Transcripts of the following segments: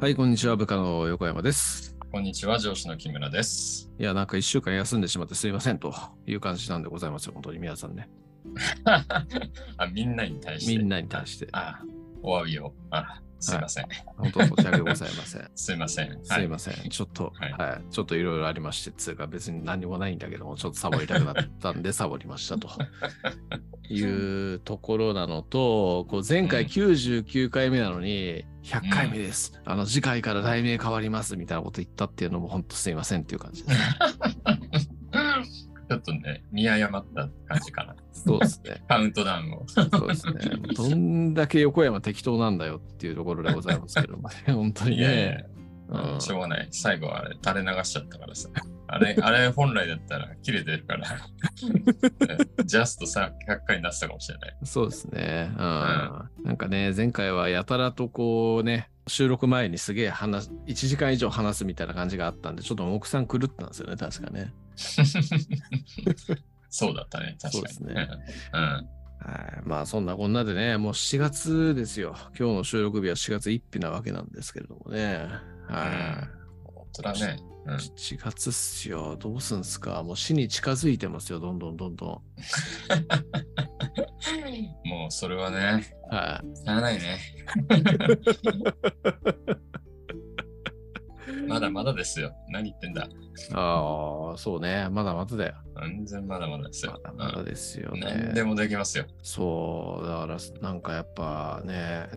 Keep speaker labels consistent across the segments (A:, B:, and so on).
A: はい、こんにちは。部下の横山です。
B: こんにちは、上司の木村です。
A: いや、なんか一週間休んでしまってすいませんという感じなんでございますよ。本当に皆さんね。
B: あ、みんなに対して。
A: みんなに対して、
B: あ、お詫びを。あ、すいません。
A: 本当申し訳ございません。
B: すいません。 は
A: すいません。ちょっと、は、
B: はいい
A: ちょっといろいろありまして、つうか別に何もないんだけども、ちょっとサボりたくなったんで、サボりました というところなのと、こう前回
B: うん
A: 99回目なのに、100回目です。あの、次回から題名変わりますみたいなこと言ったっていうのも、本当すいませんっていう感じです。
B: ちょっとね、見誤った感じかな。
A: そうですね。
B: カウントダ ウンを。
A: そうですね。どんだけ横山適当なんだよっていうところでございますけ どもね、本当に
B: いやいや
A: ね。うん
B: しょうがない。最後はあれ、垂れ流しちゃったからさ。あれ、 あれ本来だったら切れてる から。ジャストさ100回になってたかもしれない。
A: そうですね、うんなんかね、前回はやたらとこうね、収録前にすげえ話、1時間以上話すみたいな感じがあったんで、ちょっと奥さん狂ったんですよね、確かね。
B: そうだったね、確かに。
A: そうですね
B: うん。
A: はい。まあそんなこんなでね、もう7月ですよ。今日の収録日は4月1日なわけなんですけれどもね。は
B: そうだね。うん
A: い。7月っすよ。どうすんすかもう死に近づいてますよ、どんどんどんど
B: もうそれはね、
A: ん。はい。
B: しゃあないね。まだまだですよ。何言ってんだ。
A: ああ、そうね。まだまだだよ。
B: 全然まだまだです
A: ま
B: よ。
A: だまだですよ
B: うん
A: ね。
B: 何でもできますよ。
A: そう、だから、なんかやっぱね、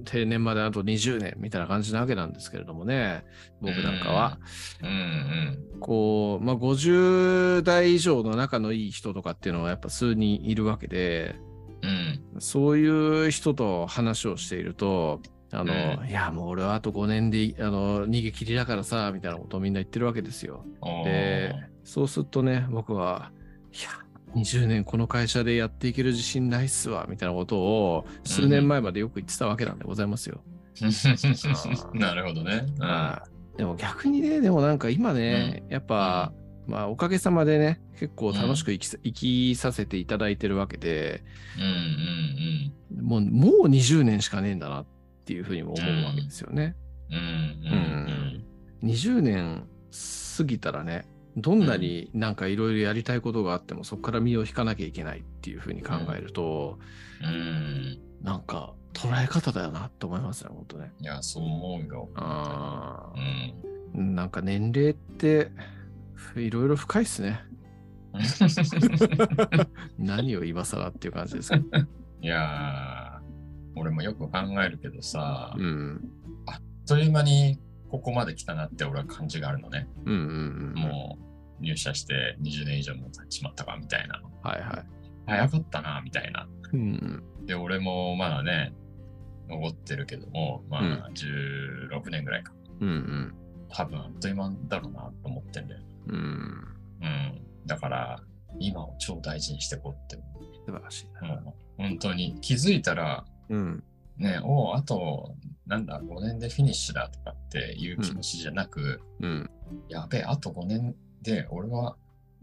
B: うん。
A: 定年まであと20年みたいな感じなわけなんですけれどもね、僕なんかは。
B: うん
A: こう、まあ、50代以上の仲のいい人とかっていうのはやっぱ数人いるわけで、
B: うん。うん。
A: そういう人と話をしていると、あの、いや、もう俺はあと5年で、あの、逃げ切りだからさ、みたいなことをみんな言ってるわけですよ。
B: おー
A: で、 そうするとね、僕は、いや、20年この会社でやっていける自信ないっすわ、みたいなことを、数年前までよく言ってたわけなんでございますよ。
B: なるほどね。うん
A: まあでも逆にね、でもなんか今ね、やっぱ、まあおかげさまでね、結構楽しく生き,、生きさせていただいてるわけで、
B: うんうん
A: もう、もう20年しかねえんだなっていうふうにも思うわけですよね。
B: うん。うんうん
A: 20年過ぎたらね、どんなになんかいろいろやりたいことがあっても、そこから身を引かなきゃいけないっていうふうに考えると、
B: うん。うん。
A: なんか捉え方だよなと思いますね、本当ね。
B: いや、そう思うよ。
A: あ
B: う
A: ー
B: ん。
A: なんか年齢っていろいろ深いっすね。何を今更っていう感じですけど。
B: いやー、俺もよく考えるけどさ、
A: うん。うん
B: あっという間にここまで来たなって俺は感じがあるのね。
A: うんうんうん。
B: もう入社して20年以上も経っちまったかみたいな。
A: はいは
B: 早かったなみたいな。
A: い。うん
B: で、俺もまだね、残ってるけども、ま
A: うん
B: あ16年ぐらいか。
A: うん。うん
B: 多分あっという間だろうなと思ってんだよ。
A: うん。うん。
B: うん。だから今を超大事にしていこうって思
A: 素晴らしいな。
B: う。うん本当に気づいたら、
A: うん。
B: ね、おうあと、なんだ、5年でフィニッシュだとかっていう気持ちじゃなく、
A: うん。
B: やべえ、あと5年で俺は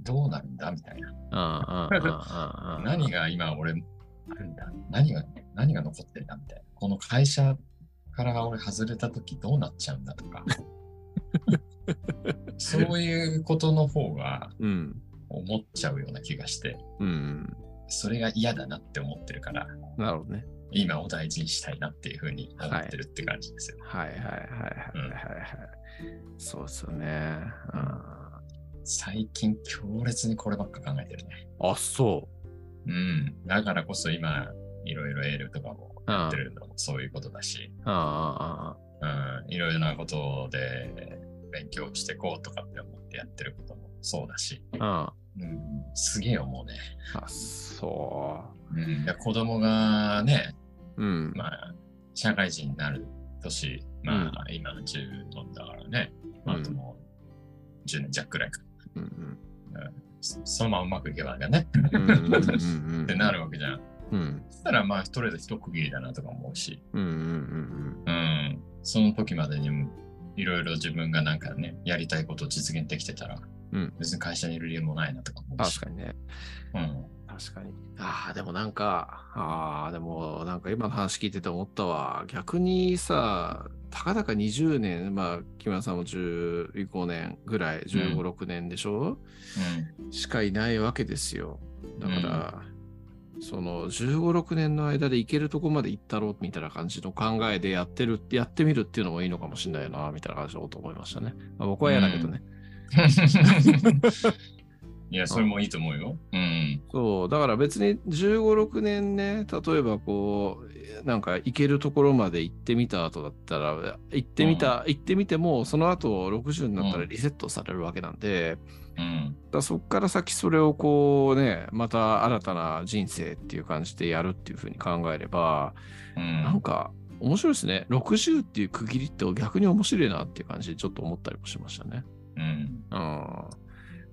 B: どうなるんだみたいな。
A: あーあー、あーあー、あー
B: 何が今俺あるんだ何が何が残ってるんだみたいな。この会社から俺外れた時どうなっちゃうんだと か。そういうことの方が
A: うん。
B: 思っちゃうような気がして、
A: うん。
B: それが嫌だなって思ってるから、
A: なるほどね。
B: 今を大事にしたいなっていうふうに思ってるって感じですよ。
A: はいはいはいはいはいはいはい。そうですよね。あ
B: 最近強烈にこればっか考えてるね。
A: ーあ、そ
B: うん。だからこそ今、いろいろエールとかも
A: う。あ
B: やって
A: ー
B: るのもそういうことだし、
A: あ
B: うん、いろいろなことで勉強していこうとかって思ってやってることもそうだし、
A: ー、あーあ
B: うん、すげえ思うね。
A: ー、あ、そ
B: うん、いや子供がね、
A: う。うん。
B: まあ、社会人になる年、まあ、今14だからね、まあ、
A: うん
B: あともう10年弱くらいか。
A: うん
B: そそのままうまくいけばね、
A: うんうんうんうんうん
B: ってなるわけじゃん。
A: うん
B: そしたら、まあ、とりあえず一区切りだなとか思うし、
A: うんうんうん
B: うん、その時までにいろいろ自分がなんかね、やりたいことを実現できてたら、
A: うん
B: 別に会社にいる理由もないなとか
A: うん
B: 思うし
A: 確、かにね。
B: うん、
A: 確かに。ああ、でもなんか、ああ、でもなんか今の話聞いてて思ったわ。逆にさ、たかだか20年、まあ、木村さんも15年ぐらい、15、
B: うん
A: 6年でしょしかいないわけですよ。だから、その15、6年の間で行けるとこまで行ったろうみたいな感じの考えでやってる、やってみるっていうのもいいのかもしれないな、みたいな感じのこと思いましたね。まあ、僕は嫌だけどね。
B: いや、それもいいと思うよ。うん。
A: そう、だから別に15、6年ね、例えばこう、なんか行けるところまで行ってみた後だったら、行ってみた、行ってみても、その後60になったら
B: うん
A: リセットされるわけなんで、
B: うん。
A: だからそっから先それをこうね、また新たな人生っていう感じでやるっていうふうに考えれば、
B: う
A: なん
B: ん。
A: か面白いですね。60っていう区切りって逆に面白いなっていう感じでちょっと思ったりもしましたね。
B: うん。
A: うん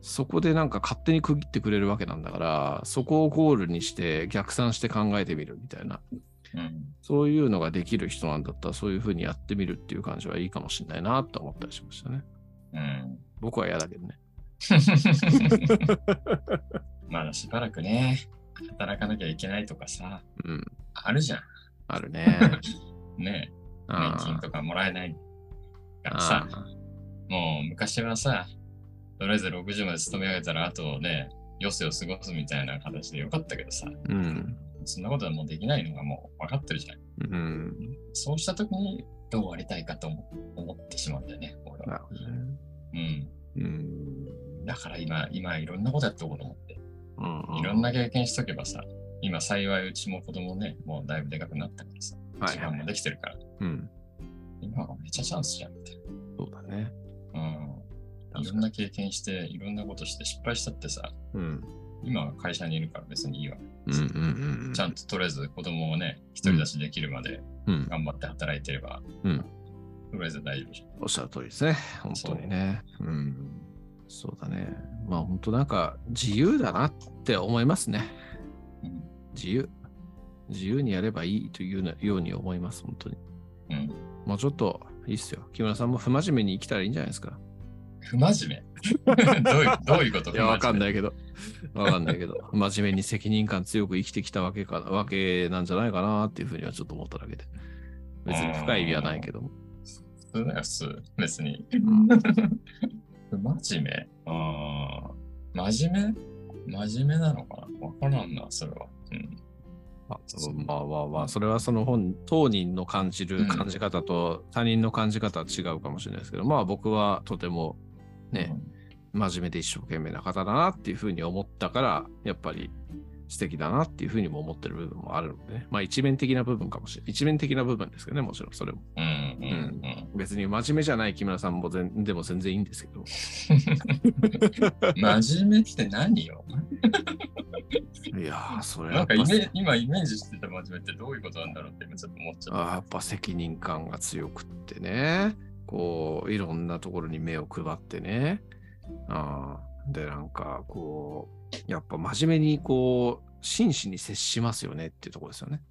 A: そこでなんか勝手に区切ってくれるわけなんだから、そこをゴールにして逆算して考えてみるみたいな、
B: うん。
A: そういうのができる人なんだったら、そういうふうにやってみるっていう感じはいいかもしれないなと思ったりしましたね。
B: うん。
A: 僕は嫌だけどね。
B: まだしばらくね、働かなきゃいけないとかさ、
A: うん、
B: あるじゃん。
A: ある ね。
B: ね
A: う
B: え、年金
A: ん
B: とかもらえないからさ、もう昔はさ、とりあえず60まで勤め上げたら、あとね、余生を過ごすみたいな形でよかったけどさ、
A: うん。
B: そんなことはもうできないのがもう分かってるじゃん。
A: うん。
B: そうした時にどうありたいかと思思ってしまうんだよね、俺
A: な
B: は。
A: るほどね。
B: うん。
A: うん。
B: だから今、今いろんなことやっておこうと思って。
A: うん
B: いろんな経験しとけばさ、今幸いうちも子供ね、もうだいぶでかくなったからさ、
A: はい
B: 時間もできてるから、
A: うん。
B: 今はめっちゃチャンスじゃんみたい
A: そうだね。
B: な。うん。いろんな経験して、いろんなことして失敗したってさ、
A: うん。
B: 今は会社にいるから別にいいわ。
A: うんうんうんうん。
B: ちゃんととりあえず子供をね、独り出しできるまで
A: うん。
B: 頑張って働いてれば、
A: うん
B: とりあえず大丈夫じゃん。
A: おっしゃる通りですね。本当にね。うん。そうだね。まあ本当なんか自由だなって思いますね。
B: うん
A: 自由。自由にやればいいというようなように思います、本当に。
B: うん。
A: もうちょっといいっすよ。木村さんも不真面目に生きたらいいんじゃないですか。
B: 不真面目 どういうどういうこと
A: いや、わかん
B: い。
A: ないけど。わかんないけど。真面目に責任感強く生きてきたわけかわけなんじゃないかなっていうふうにはちょっと思っただけで。別に深い意味はないけども。
B: 普通だよ、普通。別に。不真面目あー真面目真面目なのかなわからんな、それは。うん。
A: まあうんまあまあまあ、それはその本、当人の感じる感じ方と他人の感じ方は違うかもしれないですけど、まあ僕はとてもね、真面目で一生懸命な方だなっていうふうに思ったから、やっぱり素敵だなっていうふうにも思ってる部分もあるので、ね、まあ一面的な部分かもしれない。一面的な部分ですけどね、もちろんそれも。
B: うん。うん。うん。うん
A: 別に真面目じゃない木村さんも全でも全然いいんですけど。
B: 真面目って何よ
A: いやー、それは
B: な
A: や
B: ん
A: っ
B: か
A: ぱ
B: イメ今イメージしてた真面目ってどういうことなんだろうって今ちょっと思っちゃった。
A: あーやっぱ責任感が強くってね、こう、いろんなところに目を配ってね、あーで、なんか、こう、やっぱ真面目に、こう、真摯に接しますよねっていうところですよね。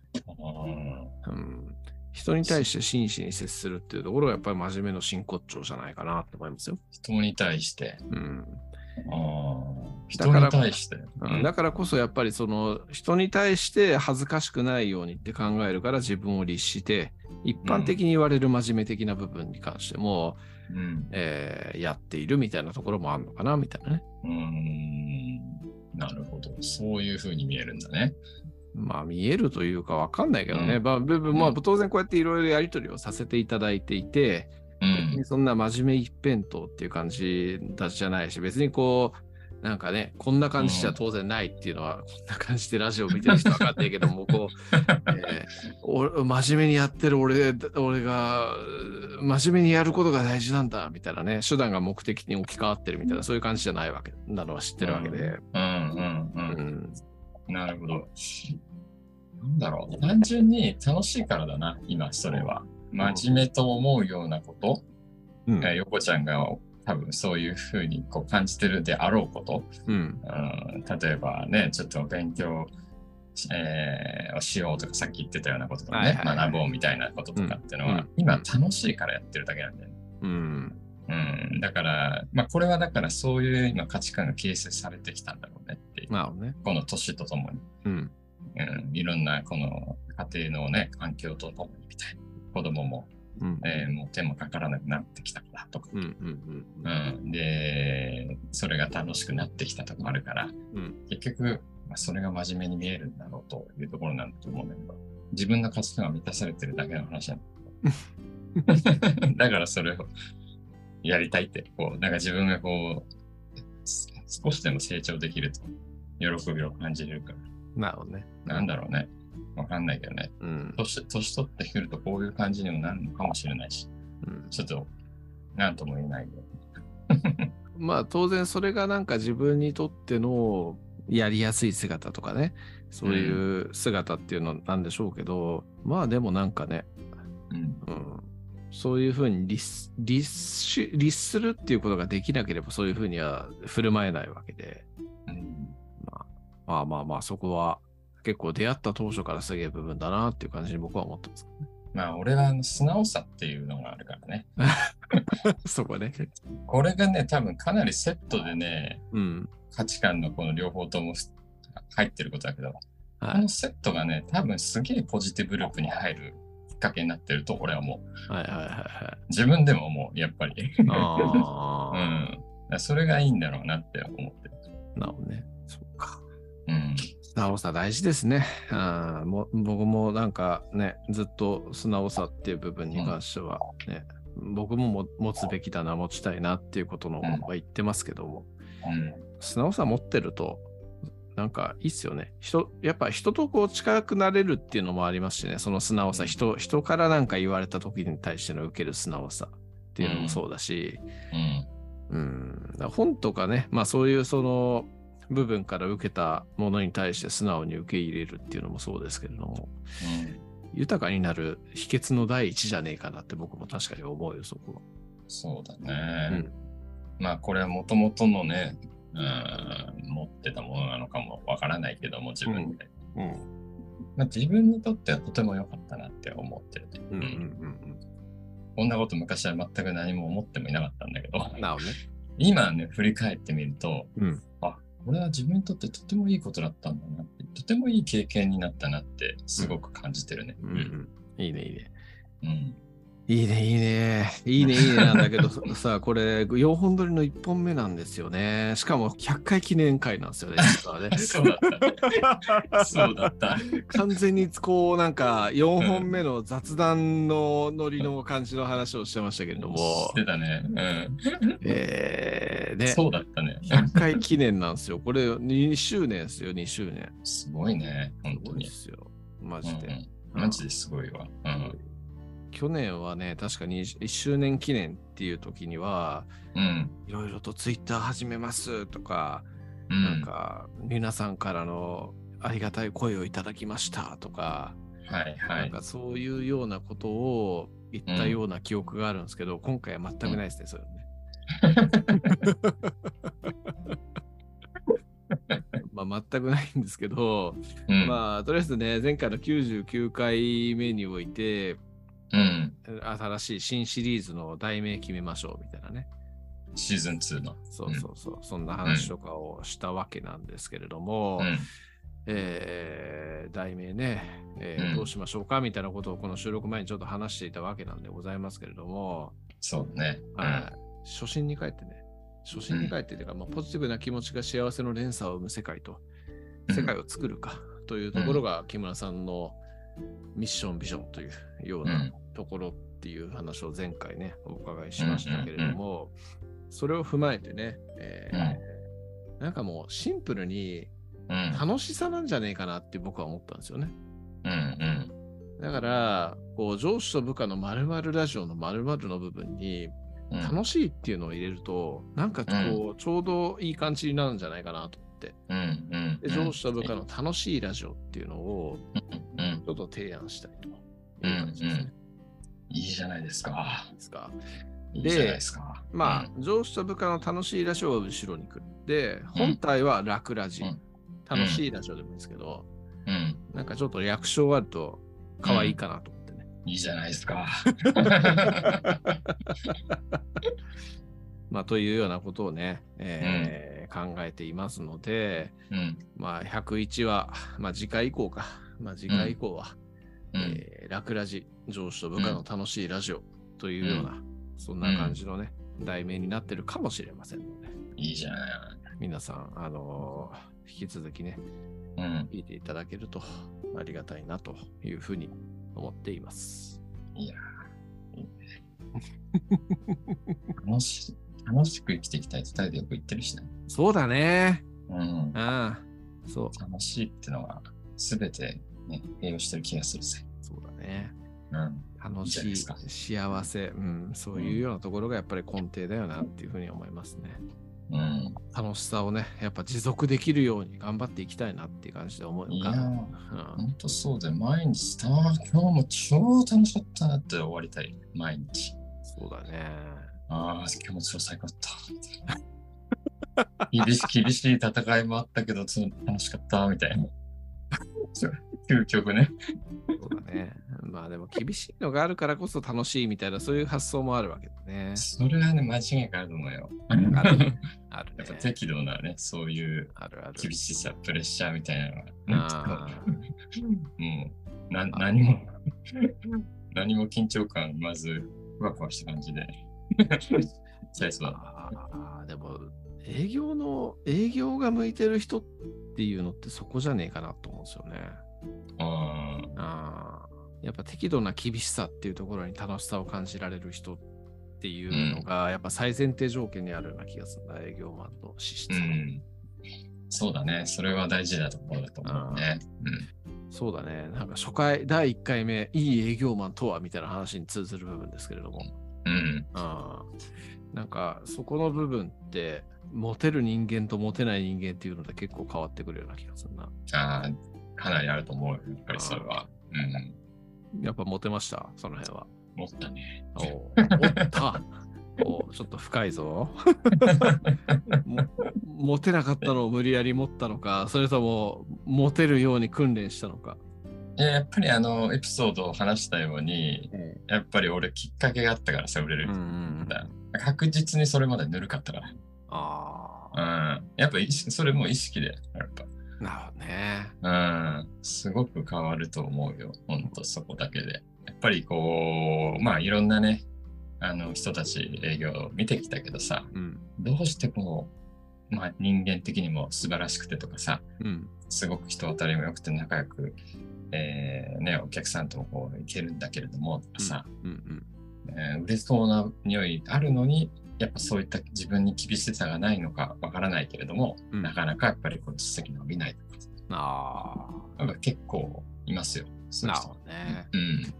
A: うん。人に対して真摯に接するっていうところが、やっぱり真面目の真骨頂じゃないかなと思いますよ。
B: 人に対して。
A: うん。
B: あー
A: だ
B: 人
A: から
B: に対して。
A: うんだからこそやっぱりその人に対して恥ずかしくないようにって考えるから自分を律して一般的に言われる真面目的な部分に関しても、
B: うん。
A: えーやっているみたいなところもあるのかなみたいなね。
B: うん。なるほど。そういうふうに見えるんだね。
A: まあ見えるというかわかんないけどね。
B: うん
A: まあ、部分まあ
B: うん
A: 当然こうやっていろいろやり取りをさせていただいていて、
B: うん。
A: そんな真面目一辺倒っていう感じだじゃないし、別にこう、なんかね、こんな感じじゃ当然ないっていうのは、こんな感じでラジオ見てる人わかんないけども、こう、えーお真面目にやってる俺、俺が、うー真面目にやることが大事なんだ、みたいなね、手段が目的に置き換わってるみたいな、そういう感じじゃないわけなのは知ってるわけで。
B: うん。うん。うん。
A: うん
B: なるほど。なんだろう。単純に楽しいからだな、今、それは。真面目と思うようなこと、
A: うん
B: えー横ちゃんが多分そういうふうにこう感じてるであろうこと、
A: うん
B: うん、例えばね、ちょっと勉強し、えーをしようとか、さっき言ってたようなこととかね、
A: はいはいはい
B: 学ぼうみたいなこととかっていうのは、
A: うん
B: 今楽しいからやってるだけなんだよね。
A: うん
B: ううん、だから、まあ、これはだからそういう今価値観が形成されてきたんだろうねっていう、
A: まあね。
B: この年とともに、
A: うん。
B: うん、いろんなこの家庭のね、環境とともにみたいな、子供も、
A: うん。
B: えーもう手もかからなくなってきたからとか、
A: うんうんうん
B: うん、で、それが楽しくなってきたとこあるから、
A: うん
B: 結局、まあ、それが真面目に見えるんだろうというところなんだと思うんだけど、自分の価値観が満たされてるだけの話なんだ けどだからそれをやりたいって、こう、なんか自分がこう、す少しでも成長できると、喜びを感じれるか
A: うん。なるほどね。
B: ら、なんだろうね。わかんないけどね。
A: うん。
B: 年、年取ってくるとこういう感じにもなるのかもしれないし、
A: うん
B: ちょっと、なんとも言え ないけど。
A: まあ当然それがなんか自分にとってのやりやすい姿とかね、そういう姿っていうのなんでしょうけど、まあでもなんかね、
B: うん
A: うん、そういうふうに律律し律するっていうことができなければそういうふうには振る舞えないわけで、
B: うん
A: まあまあまあそこは結構出会った当初からすげえ部分だなっていう感じに僕は思って ます。
B: まあ、俺はあの素直さっていうのがあるからね。
A: そこね。
B: これがね、多分かなりセットでね、
A: うん。
B: 価値観のこの両方ともふ入ってることだけど、こ
A: はい
B: のセットがね、多分すげえポジティブループに入るきっかけになってると、俺はもう、
A: はいはいは
B: 自分でも思う、やっぱり。
A: いはい。あ
B: う
A: あ、
B: ん。だからそれがいいんだろうなって思ってる。
A: なるほどね。そうか。
B: うん。
A: 素直さ大事ですね。あーも僕もなんかね、ずっと素直さっていう部分に関しては、ね僕もも持つべきだな、持ちたいなっていうことの
B: うん
A: は言ってますけども、
B: うん。
A: 素直さ持ってると、なんかいいっすよね。人、やっぱ人とこう近くなれるっていうのもありますしね、その素直さ、
B: うん
A: 人、人からなんか言われた時に対しての受ける素直さっていうのもそうだし、
B: うん。
A: うん、本とかね、まあそういうその部分から受けたものに対して素直に受け入れるっていうのもそうですけれども、
B: うん。
A: 豊かになる秘訣の第一じゃねえかなって僕も確かに思うよ、そこは。
B: そうだ
A: う
B: ね。
A: ん
B: まあ、これはもともとのね、うん、持ってたものなのかもわからないけども、自分で。
A: うん。
B: まあ、自分にとってはとても良かったなって思ってる、ね
A: うんうん
B: こんなこと昔は全く何も思ってもいなかったんだけど、
A: うんうん。なおね。
B: 今ね、振り返ってみると、
A: うん。
B: あ、これは自分にとってとてもいいことだったんだなって、とてもいい経験になったなって、すごく感じてるね。
A: うんうん。いいね、いいね。
B: うん。。
A: いいね、いいね。いいね、いいねなんだけ どさ、これ、4本撮りの1本目なんですよね。しかも100回記念会なんですよね、実はね
B: そうだった。そうだった。
A: 完全にこうなんか4本目の雑談のノリの感じの話をしてましたけれど
B: 知
A: も
B: っ、てたね。
A: えー、
B: うん。
A: で、
B: そうだったね。
A: 100回記念なんですよ。これ2周年ですよ、2周年。
B: すごいね、
A: す
B: 本当
A: ごいで
B: に。
A: すよ。マ
B: う
A: ジ
B: んう
A: で。
B: んマジですごいわ。うん。
A: 去年はね、確かに1周年記念っていう時には、
B: うん。
A: いろいろとツイッター始めますとか、
B: う
A: なん
B: ん。
A: か皆さんからのありがたい声をいただきましたとか、
B: はいは
A: なん
B: い。
A: かそういうようなことを言ったような記憶があるんですけど、今回は全くないですね、それはね。まあ全くないんですけど、
B: うん。
A: まあとりあえずね、前回の99回目において、
B: うん。
A: 新しい新シリーズの題名決めましょうみたいなね、
B: シーズン2の。
A: そうそうそう、そんな話とかをしたわけなんですけれども、
B: うん。
A: えー題名ね、えー
B: うん
A: どうしましょうかみたいなことをこの収録前にちょっと話していたわけなんでございますけれども、
B: そうだね。
A: はい初心に帰ってね、初心に帰ってというか、まあ、ポジティブな気持ちが幸せの連鎖を生む世界と、
B: うん
A: 世界を作るかというところが木村さんのミッション、ビジョンというよう
B: う。
A: なんところっていう話を前回ね、お伺いしましたけれども、それを踏まえてね、えーなんかもうシンプルに
B: うん。
A: 楽しさなんじゃねえかなって僕は思ったんですよね。
B: うんうん
A: だから、こう上司と部下の〇〇ラジオの〇〇の部分に
B: うん。
A: 楽しいっていうのを入れると、なんかこうちょうどいい感じになるんじゃないかなと思って、
B: うんうん。
A: で上司と部下の楽しいラジオっていうのを
B: うん。うん。
A: ちょっと提案したいという感じですね。
B: いいじゃないですか。
A: いいですか
B: いいじゃないですか。
A: まあ、上司と部下の楽しいラジオは後ろに来る。で、本体は楽ラジ
B: うん。
A: 楽しいラジオでもいいですけど、
B: うん。
A: なんかちょっと略称があると可愛いかなと思ってね。
B: うん。いいじゃないですか。
A: まあ、というようなことをね、えー考えていますので、
B: うん。
A: まあ、101は、まあ、次回以降か。まあ、次回以降は、
B: うん。
A: えーラクラジ、上司と部下の楽しいラジオというような、そんな感じのね、題名になってるかもしれませんので、
B: いいじゃない。
A: 皆さん、あのー引き続きね、
B: うん。
A: 聞いていただけるとありがたいなというふうに思っています。
B: 楽し、楽しく生きていきたいって二人でよく言ってるしね。
A: そうだね。
B: うん。
A: ああ、そう、
B: 楽しいってのは、すべて、ね、併用してる気がするぜ。
A: そうだね。
B: うん。
A: 楽
B: いいじゃな
A: し
B: いで
A: い
B: すか、
A: 幸せ、うん、そういうようなところがやっぱり根底だよなっていうふうに思いますね。
B: うん。
A: 楽しさをね、やっぱ持続できるように頑張っていきたいなっていう感じで思う
B: いや
A: かな。
B: ー、
A: う
B: ほ
A: ん
B: んとそうで、毎日、あー今日も超楽しかったなって終わりたい。毎日。
A: そうだね。
B: ああ、今日も超最高だった。厳し 厳しい戦いもあったけど、その楽しかった、みたいな。そう究極ね。
A: そうだね。 まあでも厳しいのがあるからこそ楽しいみたいな、そういう発想もあるわけだ ね。
B: それはね、間違いがあるのよ。
A: あるねある
B: やっぱ
A: ね。
B: 適度なね、そういう
A: あるある。
B: 厳しさ、プレッシャーみたいなのが
A: あ。
B: もう、な何も、何も緊張感、まず、ふわふわした感じで。最初は。
A: あーでも営業の営業が向いてる人っていうのってそこじゃねえかなと思うんですよね。
B: あ
A: あーやっぱ適度な厳しさっていうところに楽しさを感じられる人っていうのが、やっぱ最前提条件にあるような気がするな営業マンの資質
B: ーう
A: は、
B: ん。そうだね。それは大事なところだと思うね。うん。
A: そうだねなんか初回第1回目いい営業マンとはみたいな話に通ずる部分ですけれども
B: うん。
A: あーなんかそこの部分ってモテる人間とモテない人間っていうので結構変わってくるような気がするな。
B: ああ、かなりあると思うよ。やっぱりそれは。うん。
A: やっぱモテました、その辺 は。
B: 思ったね。
A: おーおったおーちょっと深い ぞもモテなかったのを無理やり持ったのか、それともモテるように訓練したのか。
B: えやっぱりあの、エピソードを話したように、やっぱり俺きっかけがあったからさ、売れ
A: う
B: る。
A: ん
B: だ確実にそれまでぬるかったか
A: ああ、
B: ら。うん。やっぱ意識、それも意識で、やっ
A: なるほどね。
B: ぱ。うん。すごく変わると思うよ。ほんと、そこだけで。やっぱりこう、まあいろんなね、あの人たち営業を見てきたけどさ、
A: うん。
B: どうしてこう、まあ人間的にも素晴らしくてとかさ、
A: うん。
B: すごく人当たりも良くて仲良く、えーね、お客さんともこういけるんだけれどもさ、
A: うんうん。
B: えー売れそうな匂いあるのにやっぱそういった自分に厳しさがないのかわからないけれども、
A: うん
B: なかなかやっぱりこう実績伸びないとか
A: あ
B: やっぱ結構いますよ。
A: あ、
B: そうい
A: なる
B: う人
A: ほどね。
B: うん、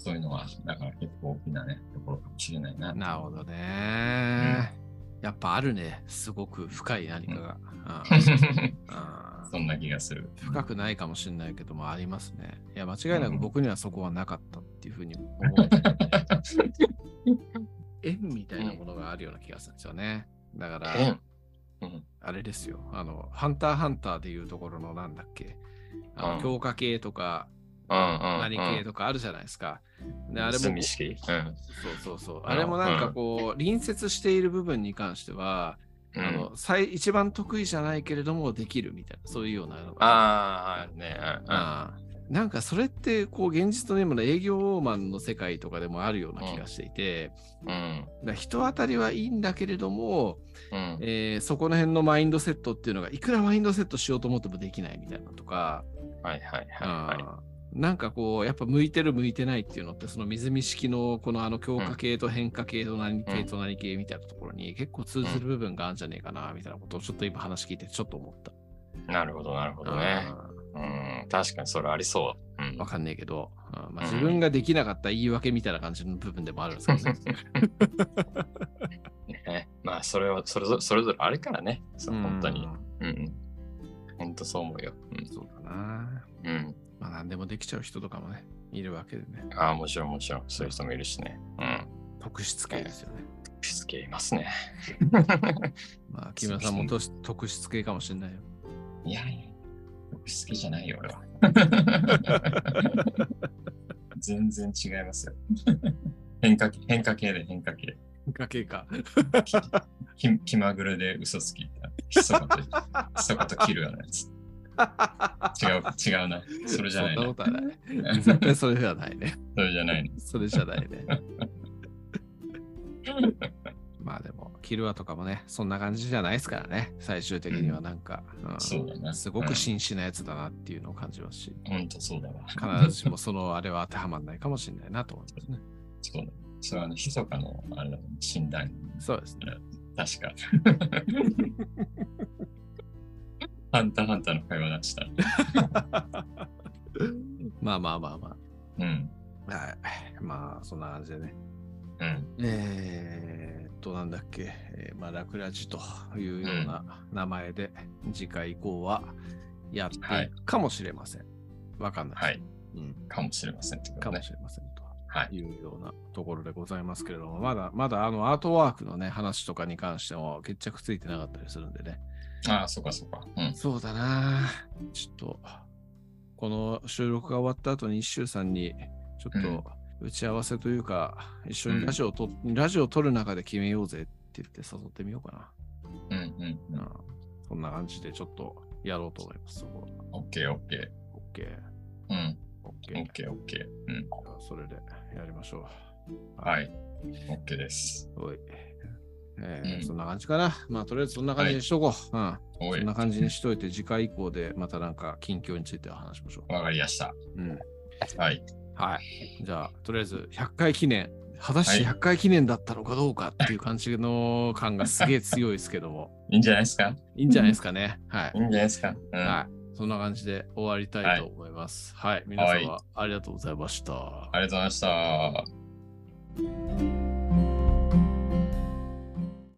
B: そういうのはだから結構大きな、ね、ところかもしれないな。
A: なるほどね。やっぱあるね。すごく深い何かが。 うんうん
B: そんな気がする。
A: 深くないかもしれないけどもありますね。いや、間違いな
B: う
A: く
B: ん
A: 僕にはそこはなかったっていうふうに思うので。 縁みたいなものがあるような気がするんですよね。だから、
B: うんうん
A: あれですよ。あの、ハンターハンターでいうところのなんだっけ。あ
B: う
A: の
B: ん
A: 強化系とか、何系とかあるじゃないですか。で、あれも、そう
B: 墨式うん
A: そうそう。あれもなんかこう、隣接している部分に関しては、あの最一番得意じゃないけれどもできるみたいな、そういうようなのが
B: ああ、ね、あ
A: ああなんかそれってこう現実の今の営業マンの世界とかでもあるような気がしていて、
B: うん、
A: だから人当たりはいいんだけれども、
B: うん、
A: えーそこの辺のマインドセットっていうのがいくらマインドセットしようと思ってもできないみたいなのとか、
B: はいはいはいは
A: ああなんかこうやっぱ向いてる向いてないっていうのってその水見式のこのあの強化系と変化系と何系と何系みたいなところに結構通ずる部分があるんじゃねえかなみたいなことをちょっと今話聞いてちょっと思った。
B: い。なるほど、なるほどね。
A: ああ
B: うん、確かにそれありそう。うん
A: わかんねえけど、うんまあ、
B: うん
A: 自分ができなかった言い訳みたいな感じの部分でもあるんですけどね。
B: ね、まあ、それはそれぞれそれぞれあるからね。そう
A: うん
B: 本当に。。うん。本当そう思うよ。
A: そうだな。
B: うん。うん、
A: まあ何でもできちゃう人とかもね、いるわけでね。
B: ああ、もちろんもちろん。そういう人もいるしね。うん。
A: 特質系ですよね。
B: しつけいま すね。
A: まあ、木村さんもとし特質系かもしれない よ。
B: い やいや、僕好きじゃないよ、俺は。全然違いますよ。変化変化系で変化系。
A: 崖か。
B: き気まぐれで嘘つきみたいな。ひそかと、ひそかと切るようなやつ。違う、違うな。それじゃない
A: そんな
B: な
A: こ。とはない。 絶対それじゃないね。
B: それじゃないな。
A: それじゃないね。まあでも、キルアとかもね、そんな感じじゃないですからね。最終的にはなんか、うん
B: そうだね
A: すごく紳士なやつだなっていうのを感じますし、
B: ほんとそうだわ。
A: 必ずしもそのあれは当てはまらないかもしれないなと思いますね。
B: そうだ。それはあの、ひそかの、あれだ、診断。
A: そうですね。
B: 確 か。ハンターハンターの会話だした。
A: まあまあまあま
B: うん。
A: あ。はい。まあ、そんな感じでね。
B: うん。
A: えー、っと、なんだっけ、えーまあ、ラクラジというような名前で、次回以降はやってい
B: はい
A: くかもしれません。わ、かんない。
B: はい。
A: うん、
B: かもしれませんってこ
A: か
B: と
A: も
B: ね。
A: しれませんと
B: はい。
A: いうようなところでございますけれども、まだまだあのアートワークのね、話とかに関しても決着ついてなかったりするんでね。
B: ああ、そっかそっか。うん。
A: そうだなちょっと、この収録が終わった後に一周さんに、ちょっと打ち合わせというか、一緒にラジオをと、ラジオを撮る中で決めようぜって言って誘ってみようか
B: うんうん
A: な。うん、そんな感じでちょっとやろうと思います。そこ
B: うん。オッケーオッケー。
A: オッケー、
B: うん。
A: オッケ
B: オ
A: ー
B: ッ。ケーオッケー。うん。
A: じゃあそれでやりましょう。
B: はい。オッケーです。
A: おい。えー
B: うん
A: そんな感じかな。まあ、とりあえずそんな感じにしとこう。う
B: お
A: ん。
B: い
A: そん。な感じにしといて、次回以降でまたなんか近況については話しましょ
B: わかりました。
A: う。うん。
B: はい。
A: はい。じゃあ、とりあえず100回記念、果たして
B: は
A: 100回記念だったのかどうかっていう感じの感がすげえ強いですけど も、
B: いいんじゃないですか
A: いいんじゃないですかね。はい
B: い。んじゃないですかうん。あ
A: はい。そんな感じで終わりたいと思います。はい。皆様、ありがとうございました。
B: りがとうございました。